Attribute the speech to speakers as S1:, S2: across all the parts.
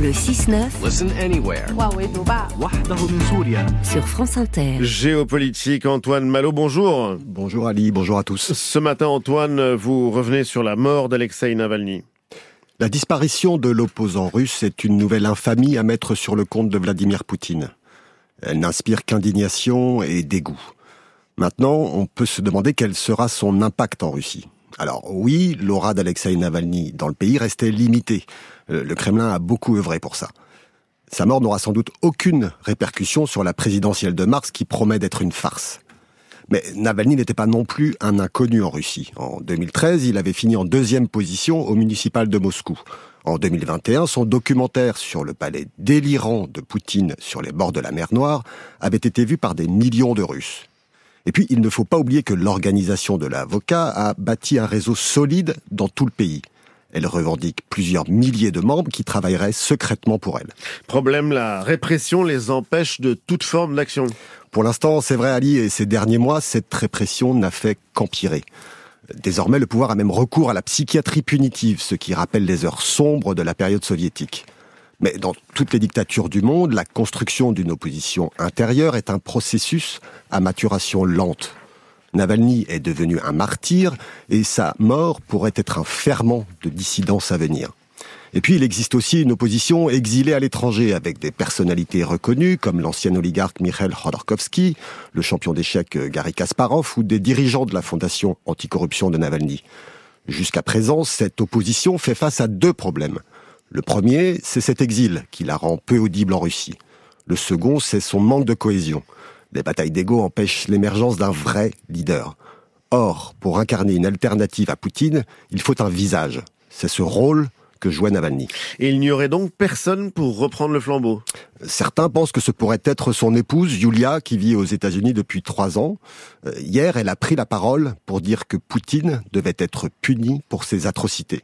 S1: Le 6-9
S2: Listen anywhere.
S1: sur France Inter.
S3: Géopolitique, Antoine Malo, bonjour.
S4: Bonjour Ali, bonjour à tous.
S3: Ce matin, Antoine, vous revenez sur la mort d'Alexei Navalny.
S4: La disparition de l'opposant russe est une nouvelle infamie à mettre sur le compte de Vladimir Poutine. Elle n'inspire qu'indignation et dégoût. Maintenant, on peut se demander quel sera son impact en Russie. Alors oui, l'aura d'Alexei Navalny dans le pays restait limitée. Euh, Le Kremlin a beaucoup œuvré pour ça. Sa mort n'aura sans doute aucune répercussion sur la présidentielle de mars qui promet d'être une farce. Mais Navalny n'était pas non plus un inconnu en Russie. En 2013, il avait fini en deuxième position au municipal de Moscou. En 2021, son documentaire sur le palais délirant de Poutine sur les bords de la mer Noire avait été vu par des millions de Russes. Et puis, il ne faut pas oublier que l'organisation de l'avocat a bâti un réseau solide dans tout le pays. Elle revendique plusieurs milliers de membres qui travailleraient secrètement pour elle.
S3: Problème, la répression les empêche de toute forme d'action.
S4: Pour l'instant, c'est vrai, Ali, et ces derniers mois, cette répression n'a fait qu'empirer. Désormais, le pouvoir a même recours à la psychiatrie punitive, ce qui rappelle les heures sombres de la période soviétique. Mais dans toutes les dictatures du monde, la construction d'une opposition intérieure est un processus à maturation lente. Navalny est devenu un martyr et sa mort pourrait être un ferment de dissidence à venir. Et puis il existe aussi une opposition exilée à l'étranger avec des personnalités reconnues comme l'ancien oligarque Mikhail Khodorkovsky, le champion d'échecs Gary Kasparov ou des dirigeants de la fondation anticorruption de Navalny. Jusqu'à présent, cette opposition fait face à deux problèmes. Le premier, c'est cet exil qui la rend peu audible en Russie. Le second, c'est son manque de cohésion. Les batailles d'ego empêchent l'émergence d'un vrai leader. Or, pour incarner une alternative à Poutine, il faut un visage. C'est ce rôle que jouait Navalny.
S3: Et il n'y aurait donc personne pour reprendre le flambeau.
S4: Certains pensent que ce pourrait être son épouse, Yulia, qui vit aux États-Unis depuis trois ans. Euh, hier, elle a pris la parole pour dire que Poutine devait être puni pour ses atrocités.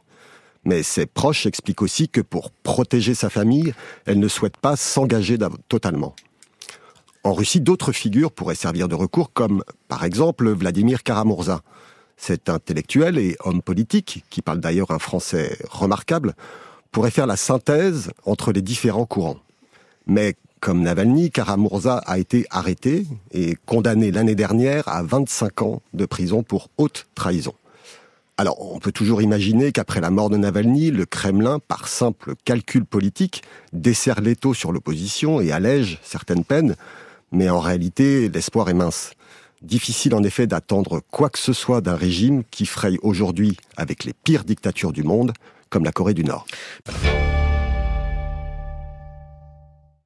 S4: Mais ses proches expliquent aussi que pour protéger sa famille, elle ne souhaite pas s'engager dav- totalement. En Russie, d'autres figures pourraient servir de recours, comme par exemple Vladimir Karamurza. Cet intellectuel et homme politique, qui parle d'ailleurs un français remarquable, pourrait faire la synthèse entre les différents courants. Mais comme Navalny, Karamurza a été arrêté et condamné l'année dernière à 25 ans de prison pour haute trahison. Alors, on peut toujours imaginer qu'après la mort de Navalny, le Kremlin, par simple calcul politique, desserre l'étau sur l'opposition et allège certaines peines, mais en réalité, l'espoir est mince. Difficile en effet d'attendre quoi que ce soit d'un régime qui fraye aujourd'hui avec les pires dictatures du monde, comme la Corée du Nord.